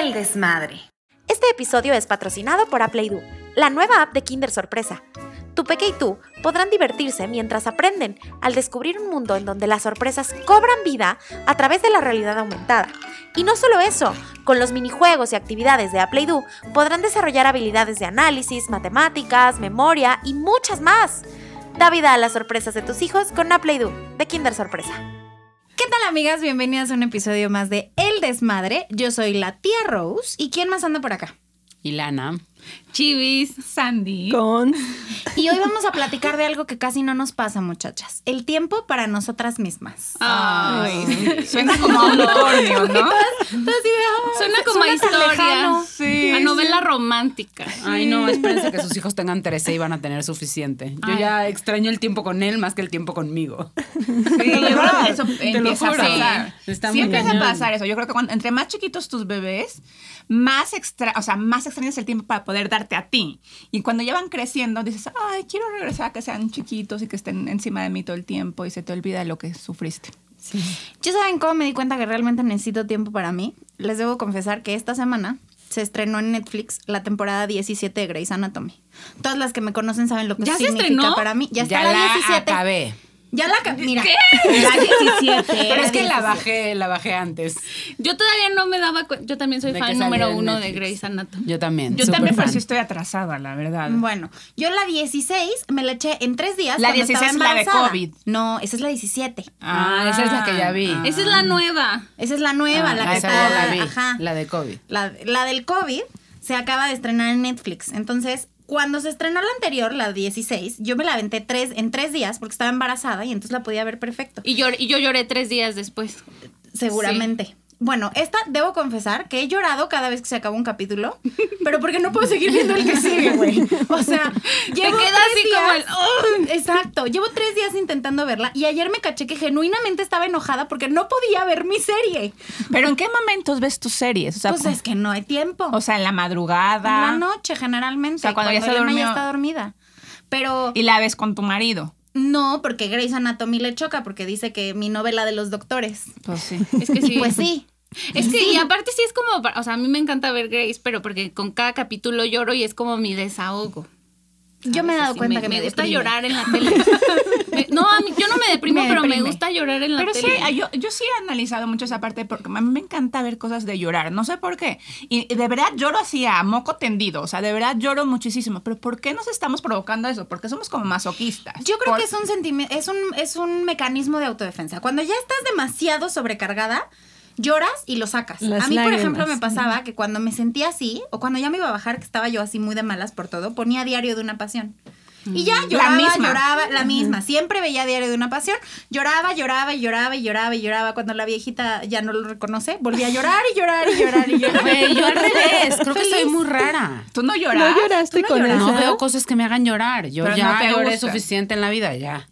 el desmadre. Este episodio es patrocinado por Aplaydu, la nueva app de Kinder Sorpresa. Tu peque y tú podrán divertirse mientras aprenden al descubrir un mundo en donde las sorpresas cobran vida a través de la realidad aumentada. Y no solo eso, con los minijuegos y actividades de Aplaydu podrán desarrollar habilidades de análisis, matemáticas, memoria y muchas más. Da vida a las sorpresas de tus hijos con Aplaydu de Kinder Sorpresa. ¿Qué tal amigas? Bienvenidas a un episodio más de El Desmadre. Yo soy la tía Rose. ¿Y quién más anda por acá? Ilana. Chivis, Sandy. Con. Y hoy vamos a platicar de algo que casi no nos pasa, muchachas. El tiempo para nosotras mismas. Ay, suena como a unicornio, ¿no? Suena como a suena tan lejano. historia. Sí, a novela romántica. Ay, no, espérense que sus hijos tengan 13 y van a tener suficiente. Yo ya extraño el tiempo con él más que el tiempo conmigo. Sí, yo creo que eso Te lo empieza a juro. pasar. Sí, está Sí muy empieza a cañón. pasar eso. Yo creo que cuando- entre más chiquitos tus bebés, más extra, o sea, más extrañas el tiempo para poder darte a ti. Y cuando ya van creciendo, dices, ay, quiero regresar a que sean chiquitos y que estén encima de mí todo el tiempo y se te olvida lo que sufriste. ¿Ya saben cómo me di cuenta que realmente necesito tiempo para mí? Les debo confesar que esta semana se estrenó en Netflix la temporada 17 de Grey's Anatomy. Todas las que me conocen saben lo que ¿Ya se significa estrenó? para mí. Ya está ya la la 17. acabé. Ya la acabé. Mira. La 17. Pero es que la bajé, la bajé antes. Yo todavía no me daba cuenta. Yo también soy De que fan salió número en uno de Netflix. Grey's Anatomy. Yo también. Yo también, superfan. pero sí estoy atrasada, la verdad. Bueno, yo la 16 me la eché en tres días. La cuando estaba 16 es la de embarazada. COVID. No, esa es la 17. Ah, esa es la que ya vi. Esa es la nueva. Esa es la nueva, Ah, la que esa está. ya la vi, ajá. la de COVID. La, la del COVID se acaba de estrenar en Netflix. Entonces, cuando se estrenó la anterior, la 16, yo me la aventé tres, en tres días porque estaba embarazada y entonces la podía ver perfecto. Y yo, y yo lloré tres días después. Seguramente. Bueno, esta debo confesar que he llorado cada vez que se acaba un capítulo, pero porque no puedo seguir viendo el que sigue, güey. O sea, llevo queda tres así días- como el, Exacto, llevo tres días intentando verla y ayer me caché que genuinamente estaba enojada porque no podía ver mi serie. Pero ¿en qué momentos ves tus series? O sea, Pues cu- es que no hay tiempo. o sea, en la madrugada. En la noche, generalmente. O sea, cuando ya se Elena durmió. está dormida. Pero Y la ves con tu marido. no, porque Grey's Anatomy le choca porque dice que mi novela de los doctores. Pues sí. Es que sí. Pues sí. Es que, y aparte sí es como, pa- o sea, a mí me encanta ver Grace, pero porque con cada capítulo lloro y es como mi desahogo. Yo me he O sea, dado sí, cuenta que me, me, gusta deprime. llorar en la tele. Me- no, a mí, yo no me deprimo, Me pero me deprime. gusta llorar en la Pero sí, ah, tele. yo, yo sí he analizado mucho esa parte porque a mí me encanta ver cosas de llorar, no sé por qué. Y de verdad lloro así a moco tendido, o sea, de verdad lloro muchísimo. Pero ¿por qué nos estamos provocando eso? Porque somos como masoquistas. Yo creo Por- que es un sentimiento, es un, es un mecanismo de autodefensa. Cuando ya estás demasiado sobrecargada, lloras y lo sacas. Las a mí, por lágrimas. ejemplo, me pasaba que cuando me sentía así, o cuando ya me iba a bajar, que estaba yo así muy de malas por todo, ponía diario de una pasión. Y Mm. ya lloraba, misma. lloraba, la misma. Siempre veía diario de una pasión. Lloraba, lloraba y lloraba y lloraba y lloraba. Cuando la viejita ya no lo reconoce, volví a llorar y llorar y llorar y llorar. Güey, yo al revés. Creo que Feliz. soy muy rara. Tú no lloras. ¿No lloraste ¿Tú no con lloras? esa? No veo cosas que me hagan llorar. Yo Pero ya no te lloré gusta. suficiente en la vida, ya.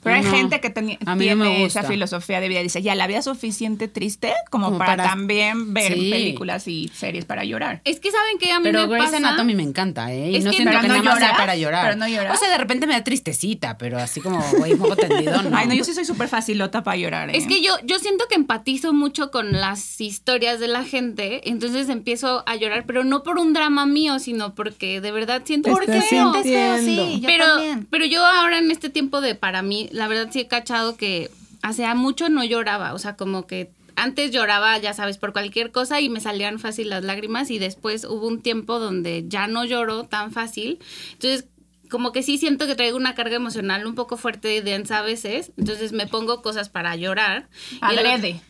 Pero hay No, gente que teni- a mí tiene no me gusta. esa filosofía de vida. Dice, ya la vida es suficiente triste como, Como para, para- también ver Sí. películas y series para llorar. Es que saben que a mí Pero me Grey's pasa. Anatomy me encanta, ¿eh? Y Es no que- siento pero que no nada más sea lloras, para llorar. pero no lloras. O sea, de repente me da tristecita, pero así como, güey, moco tendido, no. Ay, no, yo sí soy súper facilota para llorar. Es ¿eh? que yo, yo siento que empatizo mucho con las historias de la gente, entonces empiezo a llorar, pero no por un drama mío, sino porque de verdad siento ¿Por que qué? no. Sientes sí, yo pero, también. pero yo ahora en este tiempo de para mí, la verdad sí he cachado que hace mucho no lloraba, o sea, como que antes lloraba, ya sabes, por cualquier cosa y me salían fácil las lágrimas y después hubo un tiempo donde ya no lloro tan fácil. Entonces, como que sí siento que traigo una carga emocional un poco fuerte y densa a veces, entonces me pongo cosas para llorar. Y el- Adrede.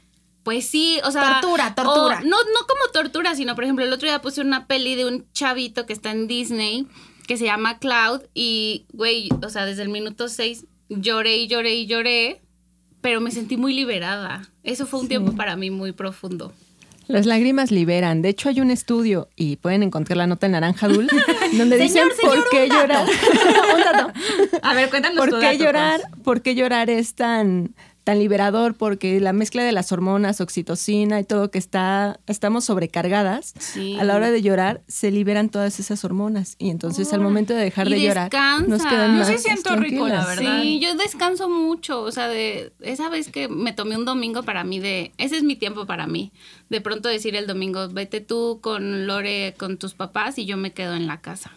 pues sí, o sea. Tortura, tortura. o- no, no como tortura, sino, por ejemplo, el otro día puse una peli de un chavito que está en Disney que se llama Cloud y, güey, o sea, desde el minuto 6 lloré y lloré y lloré, pero me sentí muy liberada. Eso fue un tiempo para mí muy profundo. Las lágrimas liberan. De hecho, hay un estudio y pueden encontrar la nota en naranja dul donde dicen Señor, señor, por qué un dato". llorar. Un dato. A ver, cuéntanos ¿Por tu qué dato, llorar? pues. ¿Por qué llorar es tan tan liberador porque la mezcla de las hormonas, oxitocina y todo que está, estamos sobrecargadas, Sí. a la hora de llorar se liberan todas esas hormonas y entonces al momento de dejar Y de llorar nos descansas. quedan Yo más sí siento rico, la tranquilas. verdad. Sí, yo descanso mucho, o sea, de esa vez que me tomé un domingo para mí de, ese es mi tiempo para mí. De pronto decir el domingo, vete tú con Lore, con tus papás y yo me quedo en la casa.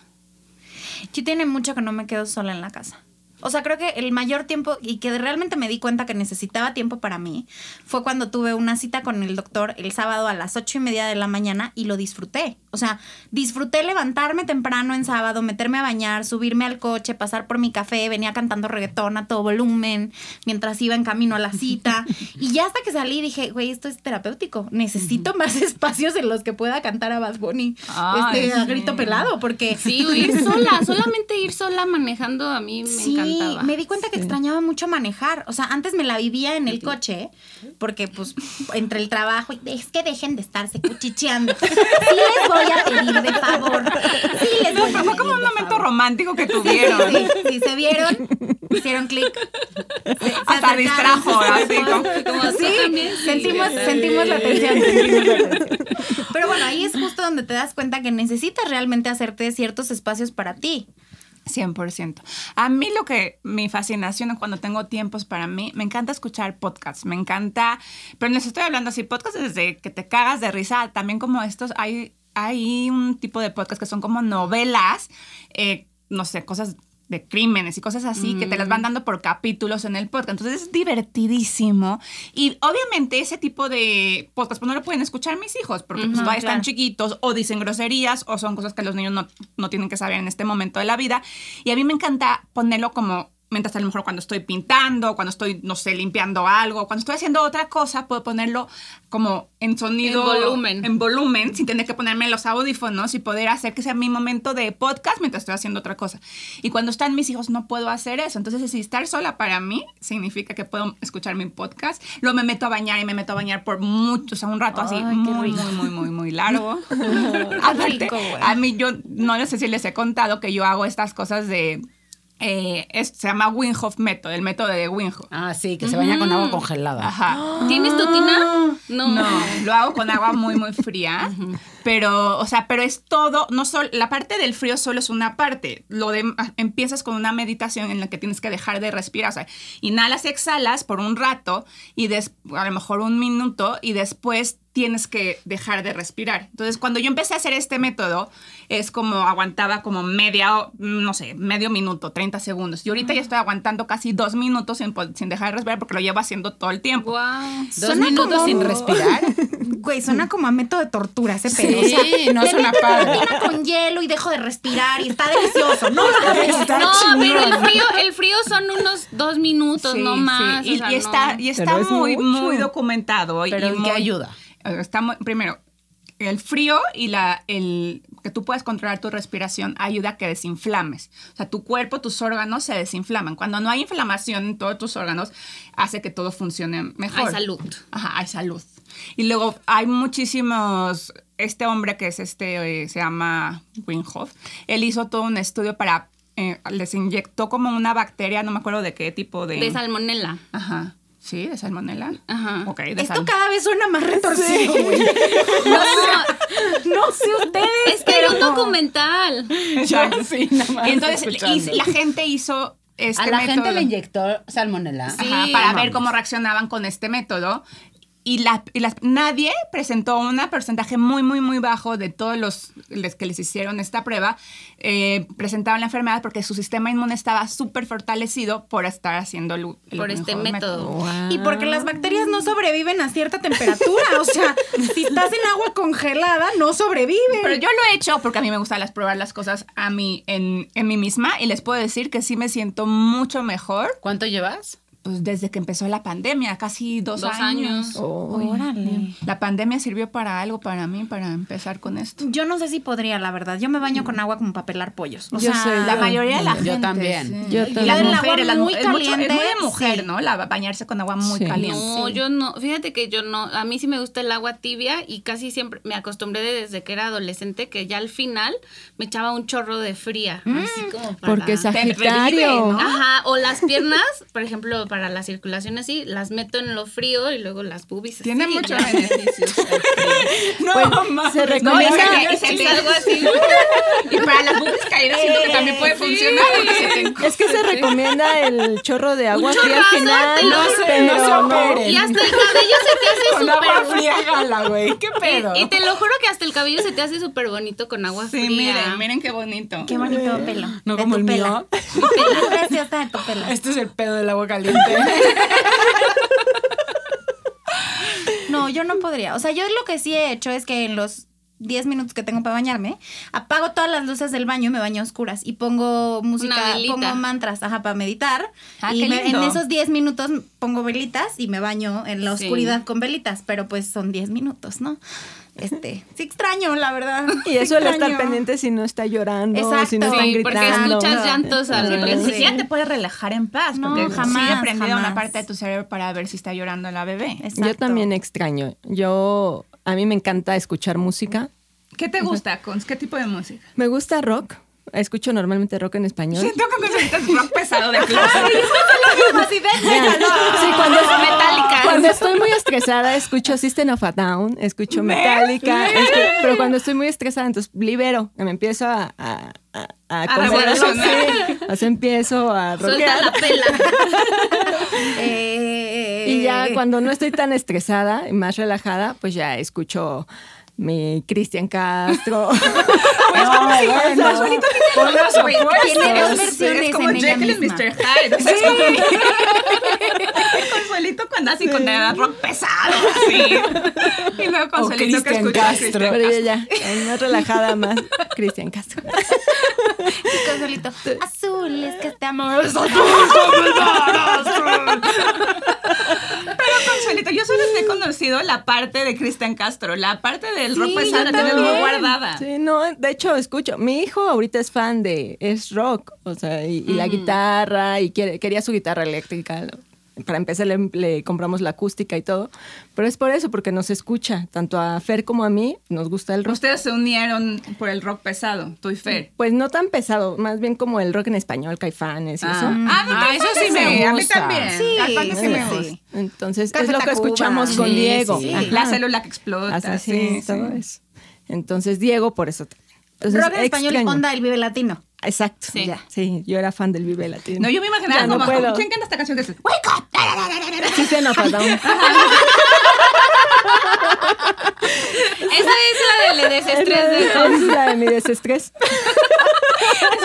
Yo tiene mucho que no me quedo sola en la casa. O sea, creo que el mayor tiempo y que realmente me di cuenta que necesitaba tiempo para mí fue cuando tuve una cita con el doctor el sábado a las ocho y media de la mañana y lo disfruté. O sea, disfruté levantarme temprano en sábado, meterme a bañar, subirme al coche, pasar por mi café, venía cantando reggaetón a todo volumen mientras iba en camino a la cita. Y ya hasta que salí dije, güey, esto es terapéutico. Necesito más espacios en los que pueda cantar a Bad Bunny Ay, este, a sí. grito pelado porque... Sí, o ir sola, solamente ir sola manejando a mí me sí, encantaba. me di cuenta que extrañaba mucho manejar. O sea, antes me la vivía en el coche, porque pues entre el trabajo, y es que dejen de estarse cuchicheando. Sí les voy a pedir de favor. Sí les voy a Fue pedir como un de momento favor. romántico que tuvieron. Sí, sí, se vieron, hicieron clic. Se, se Hasta acercaron, distrajo, así como- como tú sí, también, sí, sentimos, sí. sentimos la tensión. sentimos la tensión. Pero bueno, ahí es justo donde te das cuenta que necesitas realmente hacerte ciertos espacios para ti. 100%. A mí lo que mi fascinación cuando tengo tiempos para mí, me encanta escuchar podcasts, me encanta, pero les estoy hablando así, podcasts desde que te cagas de risa, también como estos, hay, hay un tipo de podcast que son como novelas, eh, no sé, cosas de crímenes y cosas así que te las van dando por capítulos en el podcast. Entonces es divertidísimo. Y obviamente ese tipo de podcast pues, no lo pueden escuchar mis hijos porque pues, todavía están claro. chiquitos o dicen groserías o son cosas que los niños no, no tienen que saber en este momento de la vida. Y a mí me encanta ponerlo como mientras a lo mejor cuando estoy pintando, cuando estoy, no sé, limpiando algo, cuando estoy haciendo otra cosa, puedo ponerlo como en sonido. En volumen. En volumen, sin tener que ponerme los audífonos y poder hacer que sea mi momento de podcast mientras estoy haciendo otra cosa. Y cuando están mis hijos no puedo hacer eso. Entonces, si estar sola para mí significa que puedo escuchar mi podcast, lo me meto a bañar y me meto a bañar por mucho, o sea, un rato así muy, muy, muy, muy, muy largo. Aparte, rico, güey. a mí yo no sé si les he contado que yo hago estas cosas de... eh, es- se llama Winhoff Method, el método de Winhoff. Ah, sí, que se baña con agua congelada. Ajá. ¿Tienes tu tina? No. No, lo hago con agua muy, muy fría. Pero, o sea, pero es todo, no solo, la parte del frío solo es una parte. Lo de, empiezas con una meditación en la que tienes que dejar de respirar. O sea, inhalas, exhalas por un rato y des, a lo mejor un minuto y después tienes que dejar de respirar. Entonces, cuando yo empecé a hacer este método, es como aguantaba como media, o- no sé, medio minuto, 30 segundos. Y ahorita ya estoy aguantando casi dos minutos sin, po- sin dejar de respirar porque lo llevo haciendo todo el tiempo. Wow. Dos minutos sin respirar. Güey, suena como a método de tortura ese pedo. O sea, Sí, no me suena meto en padre. una tina con hielo y dejo de respirar y está delicioso. No mames. No, pero el frío, el frío son unos dos minutos, Sí, no sí. más. Y, o sea, y está, no. y está es muy, mucho. muy documentado. y- Pero y ¿en muy- qué ayuda? Está muy- primero, el frío y la, el que tú puedas controlar tu respiración ayuda a que desinflames. O sea, tu cuerpo, tus órganos se desinflaman. Cuando no hay inflamación en todos tus órganos, hace que todo funcione mejor. Hay salud. Ajá, hay salud. Y luego hay muchísimos. Este hombre que es este, eh, se llama Winhoff, él hizo todo un estudio para. eh, les inyectó como una bacteria, no me acuerdo de qué tipo de. De salmonela. Ajá. Sí, de salmonela. Ajá. Ok, de Esto sal- cada vez suena más retorcido, güey. No, No sé ustedes. Es que era un documental. Ya. Sí, nada más Y entonces escuchando. y la gente hizo este a la método. gente le inyectó salmonela. Ajá, Sí. para ver cómo reaccionaban con este método. Y, la- y las- nadie presentó un porcentaje muy, muy, muy bajo de todos los, les que les hicieron esta prueba, eh, presentaban la enfermedad porque su sistema inmune estaba súper fortalecido por estar haciendo el, el Por este mejor método. Y porque las bacterias no sobreviven a cierta temperatura. O sea, si estás en agua congelada, no sobreviven. Pero yo lo he hecho porque a mí me gusta las, probar las cosas a mí, en, en mí misma y les puedo decir que sí me siento mucho mejor ¿Cuánto llevas? pues, desde que empezó la pandemia, casi dos, Dos años. años. Oh, Órale. La pandemia sirvió para algo para mí, para empezar con esto. Yo no sé si podría, la verdad. Yo me Mm. baño con agua como para pelar pollos. O Yo sea, soy La Yo- mayoría de la yo gente. también. sí. Yo Y también. las El agua mujeres, las muy mu- es mucho- Es muy caliente, de mujer, sí. ¿no? La bañarse con agua muy Sí. caliente. No, yo no. Fíjate que yo no. A mí sí me gusta el agua tibia y casi siempre me acostumbré de- desde que era adolescente que ya al final me echaba un chorro Mm. de fría. Así como para... Porque Te revive, Sagitario. ¿no? Ajá, o las piernas, por ejemplo, para la circulación así, las meto en lo frío y luego las boobies así. Tiene muchos Las- beneficios. No, mames. se Pues No, recomienda es Comienza- que- es es que- algo así. Y para las boobies caídas siento que también puede funcionar. porque se te enco- Es que se recomienda el chorro de agua fría al chorrazo, final. te lo- pero no se opere. Y hasta el cabello se te hace Con agua súper fría, jala, güey. ¿Qué pedo? Y, y te lo juro que hasta el cabello se te hace súper bonito con agua Sí, fría. miren, miren qué bonito. Qué bonito pelo. No De como tu el pela. mío. Tu pela, Gracias, está de tu pela. Este es el pedo del agua caliente. No, yo no podría. O sea, yo lo que sí he hecho es que en los 10 minutos que tengo para bañarme, apago todas las luces del baño y me baño a oscuras. Y pongo música, Una velita. pongo mantras, ajá, para meditar. Ah, y qué me- en lindo. esos 10 minutos pongo velitas y me baño en la Sí. oscuridad con velitas. Pero pues son 10 minutos, ¿no? Este, sí extraño, la verdad. Y eso el le estar pendiente si no está llorando, si no Exacto. están Sí, porque gritando. escuchas llantos a Sí, lo porque ni lejos. siquiera te puedes relajar en paz, No, porque sigue jamás, prendida una jamás. parte de tu cerebro para ver si está llorando la bebé. Exacto. Yo también extraño. Yo a mí me encanta escuchar música. ¿Qué te gusta, Cons? ¿Qué tipo de música? Me gusta rock. Escucho normalmente rock en español. Siento que necesitas rock pesado de closet. Ya. Sí, cuando, Metallica. cuando estoy muy estresada, escucho System of a Down, escucho Metallica, escu- pero cuando estoy muy estresada, entonces libero, me empiezo a... a, a, a conversar, revolucionar. sí. O sea, empiezo a Suelta rockear. la pela. Eh, Y ya cuando no estoy tan estresada y más relajada, pues ya escucho mi Cristian Castro. bueno. Por los Tiene dos opuestos. versiones es como en ella Jekyll y misma. Mr. Hyde. o sea, es como- Consuelito cuando así con el rock pesado, así. Y luego O Consuelito que Cristian escucha a Cristian. Castro. Pero yo ya, más relajada, más Cristian Castro. Consuelito, Azul, es que este amor es azul. Pero Consuelito, yo solo te he conocido la parte de Cristian Castro, la parte del rock pesado la tienes muy guardada. Sí, no, de hecho escucho, mi hijo ahorita es fan de, es rock, o sea, y, y la Mm. guitarra, y quiere- quería su guitarra eléctrica. ¿no? Para empezar le, le compramos la acústica y todo, pero es por eso, porque nos escucha, tanto a Fer como a mí, nos gusta el rock. Ustedes se unieron por el rock pesado, tú y Fer. Pues no tan pesado, más bien como el rock en español, caifanes y Ah, no, Ah, eso sí me A mí gusta. también. Sí, A mí sí me sí. gusta. eso. Entonces, Café es lo que Tacuba. escuchamos con Sí, Diego. sí. Ajá. La célula que explota. Así, sí, sí. todo eso. Entonces, Diego, por eso. Entonces, Rock en español, extraño. onda del Vive Latino. Exacto. Sí. Ya. Sí, yo era fan del Vive Latino. No, yo me imaginaba Ya no como, puedo. ¿quién canta esta canción que es? ¡Wake up! Sí, se nos falta un- Esa es la del desestrés de Esa es la de mi Es desestrés.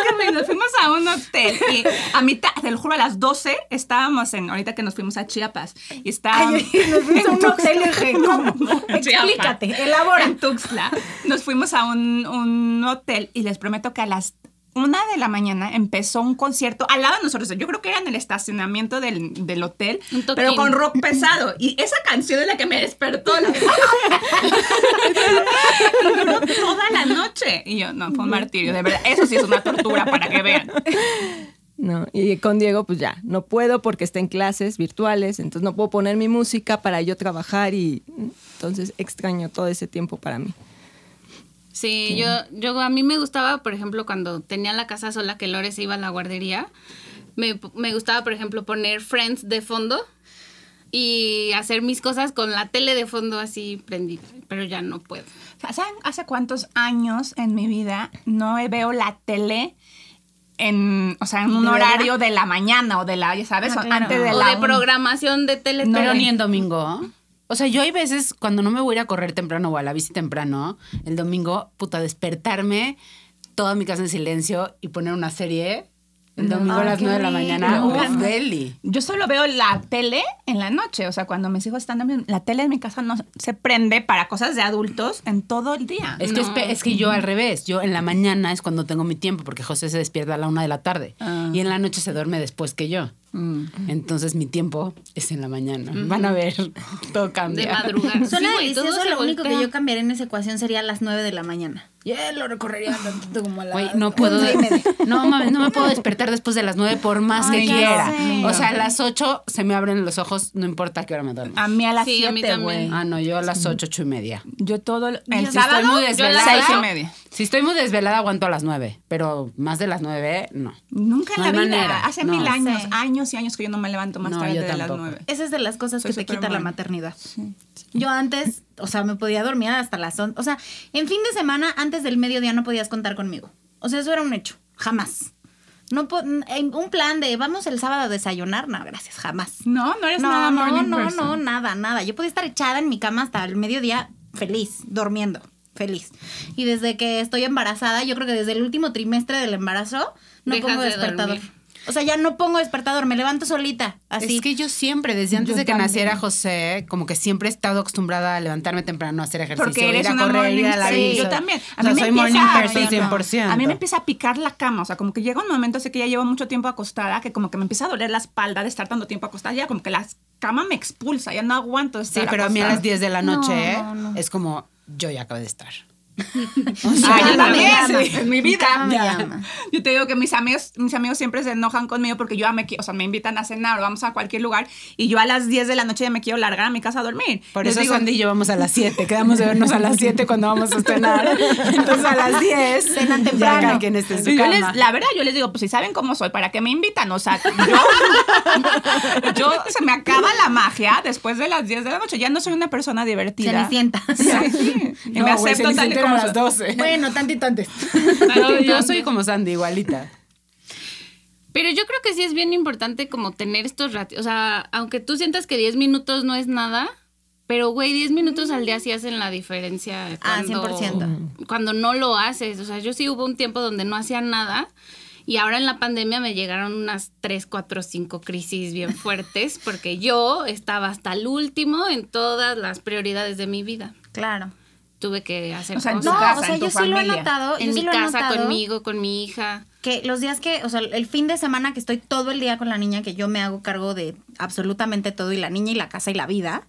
que me- nos fuimos a un hotel y a mitad, te lo juro, a las 12 estábamos en, ahorita que nos fuimos a Chiapas, y estábamos... nos fuimos a un hotel en G. ¿Cómo? en Chiapas. Explícate, elabora. En Tuxtla. Nos fuimos a un, un hotel y les prometo que a las una de la mañana empezó un concierto al lado de nosotros. Yo creo que era en el estacionamiento del, del hotel, Un toquín. pero con rock pesado. Y esa canción es la que me despertó. La... Y duró toda la noche. Y yo, no, fue un martirio, de verdad. Eso sí es una tortura para que vean. No, y con Diego, pues ya, no puedo porque está en clases virtuales, entonces no puedo poner mi música para yo trabajar y entonces extraño todo ese tiempo para mí. Sí, yo, yo a mí me gustaba, por ejemplo, cuando tenía la casa sola que Lore se iba a la guardería, me, me gustaba, por ejemplo, poner Friends de fondo y hacer mis cosas con la tele de fondo así prendida, pero ya no puedo. ¿Saben hace cuántos años en mi vida no veo la tele en, o sea, en un horario de la mañana o de la, ya sabes, Ah, claro. antes de o la de un- programación de tele. tele. No, pero Pero ni en domingo. O sea, yo hay veces cuando no me voy a ir a correr temprano o a la bici temprano, el domingo, puta, despertarme, toda mi casa en silencio y poner una serie el domingo a Ay, las qué 9 de la rico. mañana. Uf, Ajá. deli. Yo solo veo la tele en la noche, o sea, cuando mis hijos están dormidos, la tele en mi casa no se prende para cosas de adultos en todo el día. Es que, es, pe- es que yo al revés, yo en la mañana es cuando tengo mi tiempo porque José se despierta a la una de la tarde y en la noche se duerme después que yo. Entonces mi tiempo es en la mañana. Van a ver, todo cambia. de madrugada. Suena Sí, güey, todo delicioso, se lo único que voltea. yo cambiaría en esa ecuación sería las 9 de la mañana. Y él lo recorrería tanto como a la Güey, no puedo. once y media. No mames, no me puedo despertar después de las nueve por más Ay, que ya quiera. sé. O sea, a las ocho se me abren los ojos, no importa a qué hora me duerma. A mí a las Sí, a mí 7, también. güey. Ah, no, yo a las ocho, ocho y media. Yo todo el, Si el estoy sábado muy yo a desvelada. las seis y media. Si estoy muy desvelada, aguanto a las nueve. Pero más de las nueve, no. Nunca No en la hay vida. manera. Hace No. mil años, Sí. años y años que yo no me levanto más No, tarde yo de las tampoco. nueve. Esa es de las cosas Soy que te quita la Superwoman. maternidad. Yo antes, o sea, me podía dormir hasta las 11. O sea, en fin de semana, antes del mediodía no podías contar conmigo. O sea, eso era un hecho. Jamás. No po- en un plan de vamos el sábado a desayunar, no, gracias, jamás. No, no eres No, nada no, morning no, person. no, nada, nada. Yo podía estar echada en mi cama hasta el mediodía feliz, durmiendo, feliz. Y desde que estoy embarazada, yo creo que desde el último trimestre del embarazo, no Dejas pongo de despertador. dormir. o sea, ya no pongo despertador, me levanto solita, así. Es que yo siempre, desde antes Yo de que también. naciera José, como que siempre he estado acostumbrada a levantarme temprano, a hacer ejercicio, Porque eres ir a una correr, ir a morning la sí, bici. Yo también. O sea, soy empieza- morning Ay, person no. 100%. A mí me empieza a picar la cama. O sea, como que llega un momento, sé que ya llevo mucho tiempo acostada, que como que me empieza a doler la espalda de estar tanto tiempo acostada. Ya como que la cama me expulsa, ya no aguanto Sí, estar pero a mí a acostada. las 10 de la noche No, no, no. es como, yo ya acabo de estar. Ah, yo cama me también, llama. sí, en mi Mi vida. cama me Ya. llama. Yo te digo que mis amigos, mis amigos siempre se enojan conmigo porque yo ya me, qui- o sea, me invitan a cenar o vamos a cualquier lugar y yo a las 10 de la noche ya me quiero largar a mi casa a dormir. Por Les eso digo, Sandy y yo vamos a las 7. Quedamos de vernos a las 7 cuando vamos a cenar. Entonces a las 10. Cenan ya temprano. cada quien está en este su yo cama. les- la verdad, yo les digo, pues si saben cómo soy, ¿para qué me invitan? O sea, yo, yo se me acaba la magia después de las 10 de la noche. Ya no soy una persona Se divertida. me sienta. Sí, y me güey, acepto se tal y dicen que como eran soy. las 12. Bueno, tantito antes. Yo, yo soy como Sandy, igualita. Pero yo creo que sí es bien importante como tener estos ratios. O sea, aunque tú sientas que 10 minutos no es nada, pero güey, 10 minutos al día sí hacen la diferencia. Ah, Cuando, 100%. Cuando no lo haces. O sea, yo sí hubo un tiempo donde no hacía nada. Y ahora en la pandemia me llegaron unas 3, 4, 5 crisis bien fuertes porque yo estaba hasta el último en todas las prioridades de mi vida. Claro. Tuve que hacer O sea, en tu No, cosas. casa, o sea, en tu yo sí lo he familia. notado. en yo sí mi lo he casa, notado conmigo, con mi hija. Que los días que, o sea, el fin de semana que estoy todo el día con la niña, que yo me hago cargo de absolutamente todo, y la niña y la casa y la vida,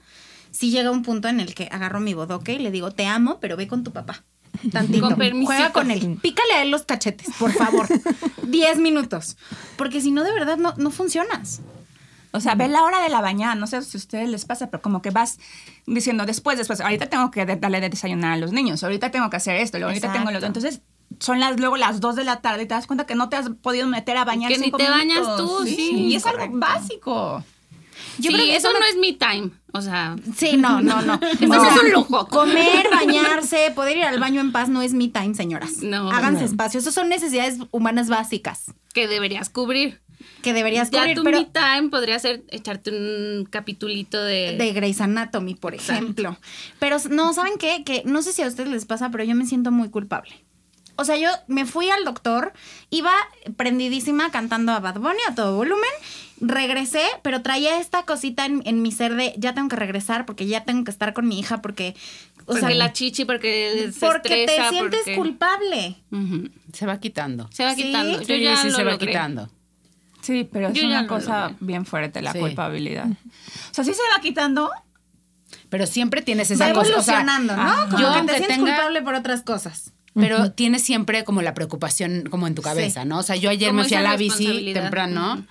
sí llega un punto en el que agarro mi bodoque y le digo, te amo, pero ve con tu papá. Tantito. Con permisito. Juega con él. Pícale a él los cachetes, por favor. Diez minutos. Porque si no, de verdad, no, no funcionas. O sea, ve la hora de la bañada, no sé si a ustedes les pasa, pero como que vas diciendo después, después, ahorita tengo que de- darle de desayunar a los niños, ahorita tengo que hacer esto, luego ahorita tengo lo Exacto. Entonces, son las luego las 2 de la tarde y te das cuenta que no te has podido meter a bañar. Que ni cinco te bañas minutos. tú, sí, Y es algo correcto. básico. Yo sí, creo que eso eso no es mi time. O sea, Sí, no, no, no. Eso O sí es sea, un lujo. Comer, bañarse, poder ir al baño en paz no es mi time, señoras. No. Háganse No. espacio. Esas son necesidades humanas básicas que deberías cubrir. que deberías Ya cubrir, tu pero me time podría ser echarte un capitulito de... de Grey's Anatomy, por ejemplo. Pero no, ¿saben qué? Que no sé si a ustedes les pasa, pero yo me siento muy culpable. O sea, yo me fui al doctor, iba prendidísima cantando a Bad Bunny a todo volumen, regresé, pero traía esta cosita en, en mi ser de ya tengo que regresar porque ya tengo que estar con mi hija porque, o porque sea, la chichi, porque se porque te estresa, sientes porque- culpable. Ujú. Se va quitando. Se va Sí, quitando. Yo Sí, ya sí, lo se va logré. quitando. Sí, pero es Yo ya una no lo cosa logré. bien fuerte la Sí. culpabilidad. O sea, sí se va quitando. Pero siempre tienes Va esa cosa. o sea, evolucionando, ajá. ¿no? Como yo que te aunque sientes tenga- culpable por otras cosas. Pero tienes siempre como la preocupación como en tu cabeza, ¿no? O sea, yo ayer Como me fui a esa la bici responsabilidad. temprano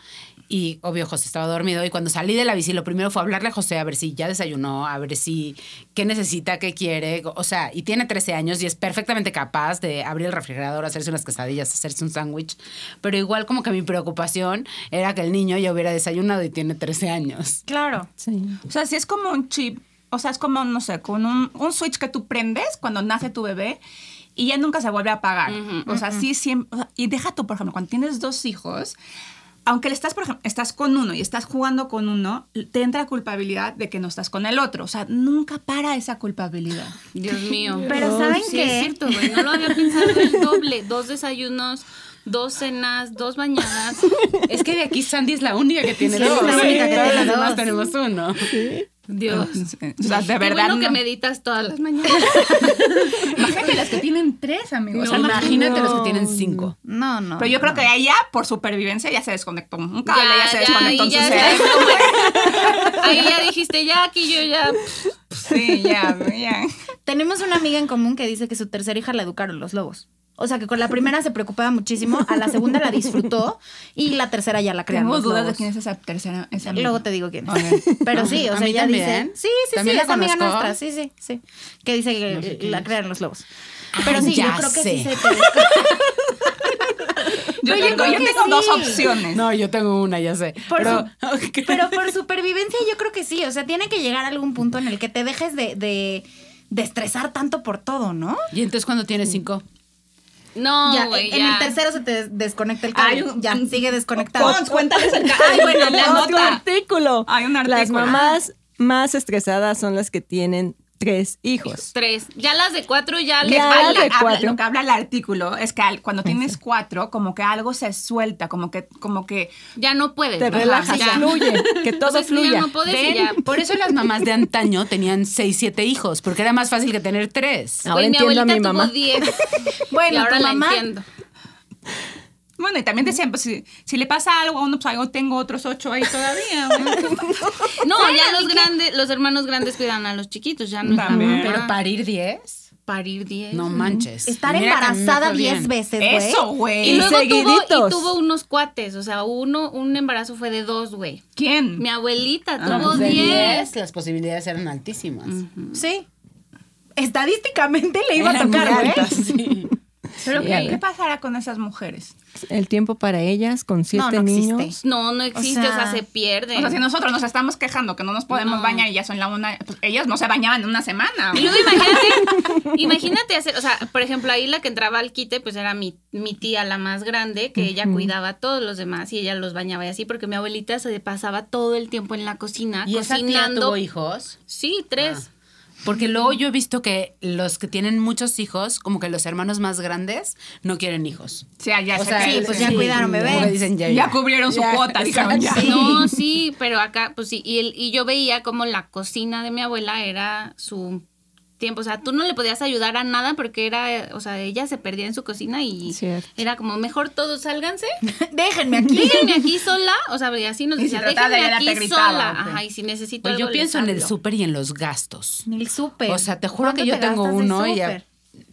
y obvio José estaba dormido y cuando salí de la bici lo primero fue hablarle a José a ver si ya desayunó, a ver si qué necesita, qué quiere, o sea, y tiene 13 años y es perfectamente capaz de abrir el refrigerador, hacerse unas quesadillas, hacerse un sándwich, pero igual como que mi preocupación era que el niño ya hubiera desayunado y tiene 13 años. Claro. O sea, sí es como un chip. O sea, es como, no sé, con un, un switch que tú prendes cuando nace tu bebé y ya nunca se vuelve a apagar. o sea, sí siempre. o sea, y deja tú, por ejemplo, cuando tienes dos hijos, aunque le estás, por ejemplo, estás con uno y estás jugando con uno, te entra culpabilidad de que no estás con el otro. O sea, nunca para esa culpabilidad. Dios mío. Pero ¿saben Oh, sí, qué? es cierto, güey. No lo había pensado el doble. Dos desayunos, dos cenas, dos bañadas. Es que de aquí Sandy es la única que tiene Sí, dos. es la única que Todas tiene las dos. demás tenemos uno. Dios. O sea, de Qué verdad. bueno que no. meditas todas las mañanas. Imagínate las que tienen tres, amigos. O sea, imagínate los que tienen cinco. No, no. Pero yo creo que ella, por supervivencia, ya se desconectó. Un cable ya, se y desconectó en su ya cerebro. estás como- Ahí ya dijiste, ya aquí yo ya... Sí, ya, ya. Tenemos una amiga en común que dice que su tercera hija la educaron los lobos. O sea, que con la primera se preocupaba muchísimo, a la segunda la disfrutó y la tercera ya la crearon Tengo los dudas de lobos. quién es esa tercera. Esa Luego amiga. te digo quién es. Ok. Pero sí, o ¿A sea, mí ella también? dice. Sí, sí, sí, ¿También la es amiga conozco? nuestra. Sí, sí, sí. Que dice que la crearon los lobos. Ah, Pero sí, yo ya creo que sí sé. se te- Yo Pero yo tengo, creo yo que tengo sí. dos opciones. No, yo tengo una, ya sé. Por pero, su- pero por supervivencia yo creo que sí. O sea, tiene que llegar a algún punto en el que te dejes de, de, de estresar tanto por todo, ¿no? ¿Y entonces cuando tienes cinco? Ya, No, güey. en ya. el tercero se te des- desconecta el Ay, cable. un- ya, sigue desconectado. Cons, cuéntales el caso. Ay, bueno, la Cons, Hay un nota. artículo. Hay un Las artículo. mamás más estresadas son las que tienen tres hijos. Tres. Ya las de cuatro ya les Ya Habla- las de baila. habla- cuatro. lo que habla el artículo es que al- cuando tienes cuatro, como que algo se suelta, como que, como que Ya no puedes. Te ¿no? relajas, Ya. fluye, que todo Entonces, tú fluya. Ya no puedes y ¿Ven? ya. Por eso las mamás de antaño tenían seis, siete hijos, porque era más fácil que tener tres. Ahora Güey, mi entiendo a abuelita mi tuvo mamá. diez. Bueno, y ahora tu la mamá- entiendo. Bueno, y también decían, pues si, si le pasa algo a uno, pues yo tengo otros ocho ahí todavía. güey. No, ya los grandes, los hermanos grandes cuidan a los chiquitos, ya no es También. Ah. tan- Pero parir diez. parir 10. No manches. Mm. Estar Mira que a mí me embarazada fue 10 bien. veces, güey. Eso, güey. y luego tuvo, seguiditos. y tuvo unos cuates, o sea, uno, un embarazo fue de dos, güey. ¿Quién? Mi abuelita No, tuvo pues de 10. diez, Las posibilidades eran altísimas. Sí. Estadísticamente le iba a Eran muy tocar, ¿eh? güey. altas, sí. ¿Pero Sí, qué, a ver. qué pasará con esas mujeres? El tiempo para ellas con siete no existe. niños. No, no existe, o sea, sea- se pierde. O sea, si nosotros nos estamos quejando que no nos podemos No. bañar y ya son la una, pues ellas no se bañaban en una semana. Y luego imagínate, imagínate hacer, o sea, por ejemplo, ahí la que entraba al quite, pues era mi, mi tía, la más grande, que ella cuidaba a todos los demás y ella los bañaba y así, porque mi abuelita se pasaba todo el tiempo en la cocina, ¿Y esa tía cocinando. tuvo Ah. hijos? sí, tres. Porque luego yo he visto que los que tienen muchos hijos, como que los hermanos más grandes, no quieren hijos. Sí, ya O se sea, crece. Sí, pues ya cuidaron Como que bebé. dicen, ya, Ya ya. cubrieron su cuota, dijeron ya. No, sí, pero acá, pues sí, y, el- y yo veía como la cocina de mi abuela era su tiempo, o sea, tú no le podías ayudar a nada porque era, o sea, ella se perdía en su cocina y Cierto. era como, mejor todos sálganse, Déjenme aquí. déjenme aquí sola, o sea, y así nos Y si decía, trataba de déjenme ayudar, aquí te gritaba, sola, ok. ajá, y si necesito Pues yo algo, pienso les en el hablo. súper y en los gastos. Ni el súper. O sea, te juro ¿Cuánto que yo te tengo gastas del uno y ya. súper?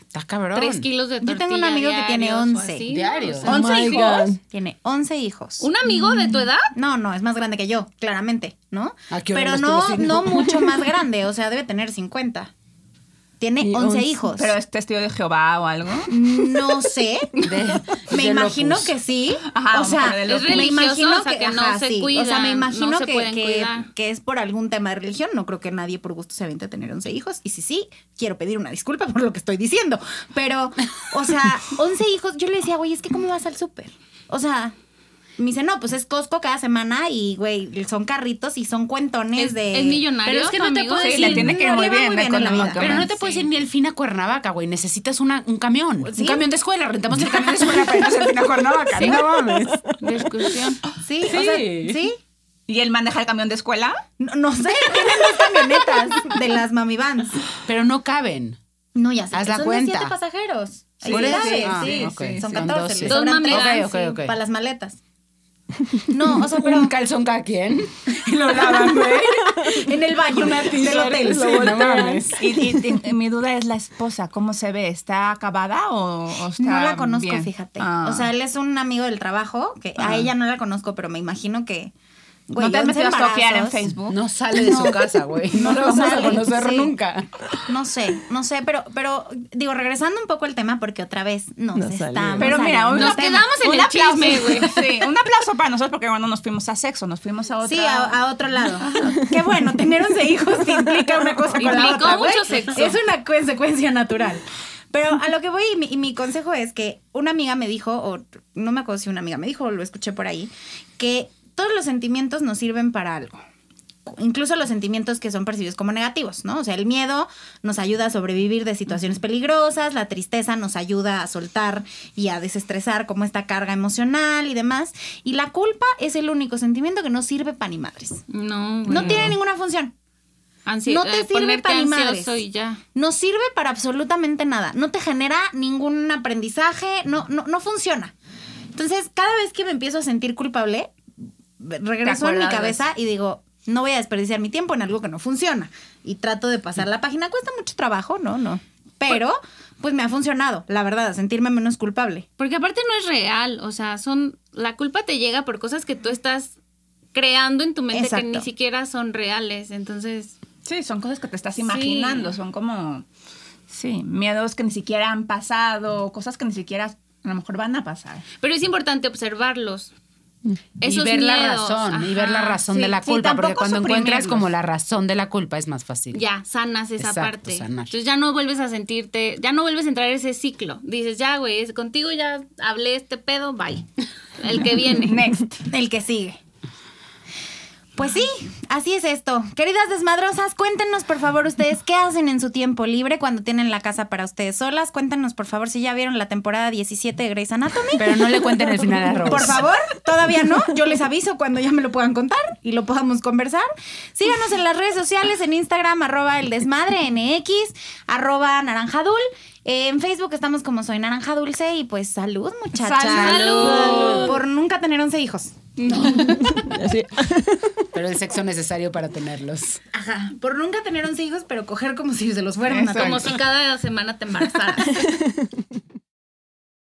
Está cabrón. Tres kilos de Yo tortilla tengo un amigo que tiene diarios o 11. así, Diarios. o sea, Oh my ¿Once hijos? God. Tiene 11 hijos. ¿Un amigo de tu edad? No, no, es más grande que yo, claramente, ¿no? ¿A qué hora Pero los no, tuvo, si no no? mucho más grande, o sea, debe tener 50. Tiene Y 11, 11, hijos. ¿Pero es testigo de Jehová o algo? no sé. De- Me de imagino locus. que sí. Ajá, o vamos a sea, ver de locus. me Es religioso, imagino o sea, que no se O sea, me cuidan, imagino no se que, pueden que, cuidar. que es por algún tema de religión. No creo que nadie por gusto se aviente a tener 11 hijos. Y si sí, quiero pedir una disculpa por lo que estoy diciendo. Pero, o sea, 11 hijos, yo le decía, güey, es que ¿cómo vas al súper? O sea... Me dice, no, pues es Costco cada semana y, güey, son carritos y son cuentones Es, de... es millonario. Pero es que tu no te amigo? puedo Sí, Sí, le decir- tiene que ir no muy le va bien muy bien en la vida. Pero no económicamente. te puedes ir ni el fin a Cuernavaca, güey. Necesitas una, un camión. Pues Sí. Un camión de escuela. Rentamos el camión de escuela para irnos al fin a Cuernavaca. No mames. Discusión. Sí, o sea, sí. ¿Y él maneja el camión de escuela? No, no sé, tienen dos camionetas de las mami vans. Pero no caben. No, ya sé. Haz que la son cuenta. de siete pasajeros. Sí, Ahí sí, cabe, sí, Ah, sí, sí, ok, sí, Son son 14. 12. les sobran Dos tres, mamigas, sí, ok, ok. Para las maletas. No, o sea, pero un calzón cada quien. Y lo lavan, güey. en el baño del hotel. Sí, no mames. Y, y- y mi duda es la esposa, ¿cómo se ve? ¿Está acabada o, o está No la conozco, bien? fíjate. Ah. O sea, él es un amigo del trabajo, que a ella no la conozco, pero me imagino que... güey, ¿no te has 11 metido a stalkear en embarazos. Facebook? No sale de su casa, güey. No lo vamos a sale, conocer sí. nunca. No sé, no sé, pero, pero digo, regresando un poco al tema, porque otra vez nos No salió. estamos. Pero mira, saliendo hoy del nos tema. quedamos en un el aplauso, chisme, güey. Sí, un aplauso para nosotros porque bueno, nos fuimos a sexo, nos fuimos a otra. Sí, a, a otro lado. Qué bueno, tener 11 hijos implica una cosa con la Implicó otra, güey. mucho sexo. Es una consecuencia natural. Pero a lo que voy y mi, y mi consejo es que una amiga me dijo, o no me acuerdo si una amiga me dijo o lo escuché por ahí, que todos los sentimientos nos sirven para algo. Incluso los sentimientos que son percibidos como negativos, ¿no? O sea, el miedo nos ayuda a sobrevivir de situaciones peligrosas, la tristeza nos ayuda a soltar y a desestresar como esta carga emocional y demás. Y la culpa es el único sentimiento que no sirve para ni madres. No, No güey. tiene ninguna función. Ansi- no te eh, sirve ponerte pa' ni madres. ansioso y ya. No sirve para absolutamente nada. No te genera ningún aprendizaje. No, no, no funciona. Entonces, cada vez que me empiezo a sentir culpable, regreso en mi acuerdas? cabeza y digo, no voy a desperdiciar mi tiempo en algo que no funciona. Y trato de pasar la página. Cuesta mucho trabajo, no, no. Pero, pues me ha funcionado, la verdad, sentirme menos culpable. Porque aparte no es real, o sea, son la culpa te llega por cosas que tú estás creando en tu mente Exacto. que ni siquiera son reales, entonces Sí, son cosas que te estás Sí. imaginando, son como sí, miedos que ni siquiera han pasado, cosas que ni siquiera a lo mejor van a pasar. Pero es importante observarlos. Esos y ver la miedos, razón, y ver la ajá, razón de sí. la sí, culpa, porque tampoco cuando encuentras suprimirlos. como la razón de la culpa es más fácil. Ya, sanas esa Exacto, parte. sanar. Entonces ya no vuelves a sentirte, ya no vuelves a entrar a ese ciclo. Dices, ya, güey, es- contigo ya hablé este pedo, bye. El que viene. Next. El que sigue. Pues sí, así es esto. Queridas desmadrosas, cuéntenos por favor ustedes qué hacen en su tiempo libre cuando tienen la casa para ustedes solas. Cuéntenos por favor si ya vieron la temporada 17 de Grey's Anatomy. Pero no le cuenten el final a Rose. Por favor, todavía no. Yo les aviso cuando ya me lo puedan contar y lo podamos conversar. Síganos en las redes sociales, en Instagram, arroba el desmadre, NX, arroba naranjadul. Eh, En Facebook estamos como Soy Naranja Dulce y pues salud, muchachas. ¡Salud! Por nunca tener 11 hijos. Así. Pero el sexo necesario para tenerlos. Ajá. Por nunca tener 11 hijos, pero coger como si se los fueran. Exacto. a todos. Como si cada semana te embarazaras.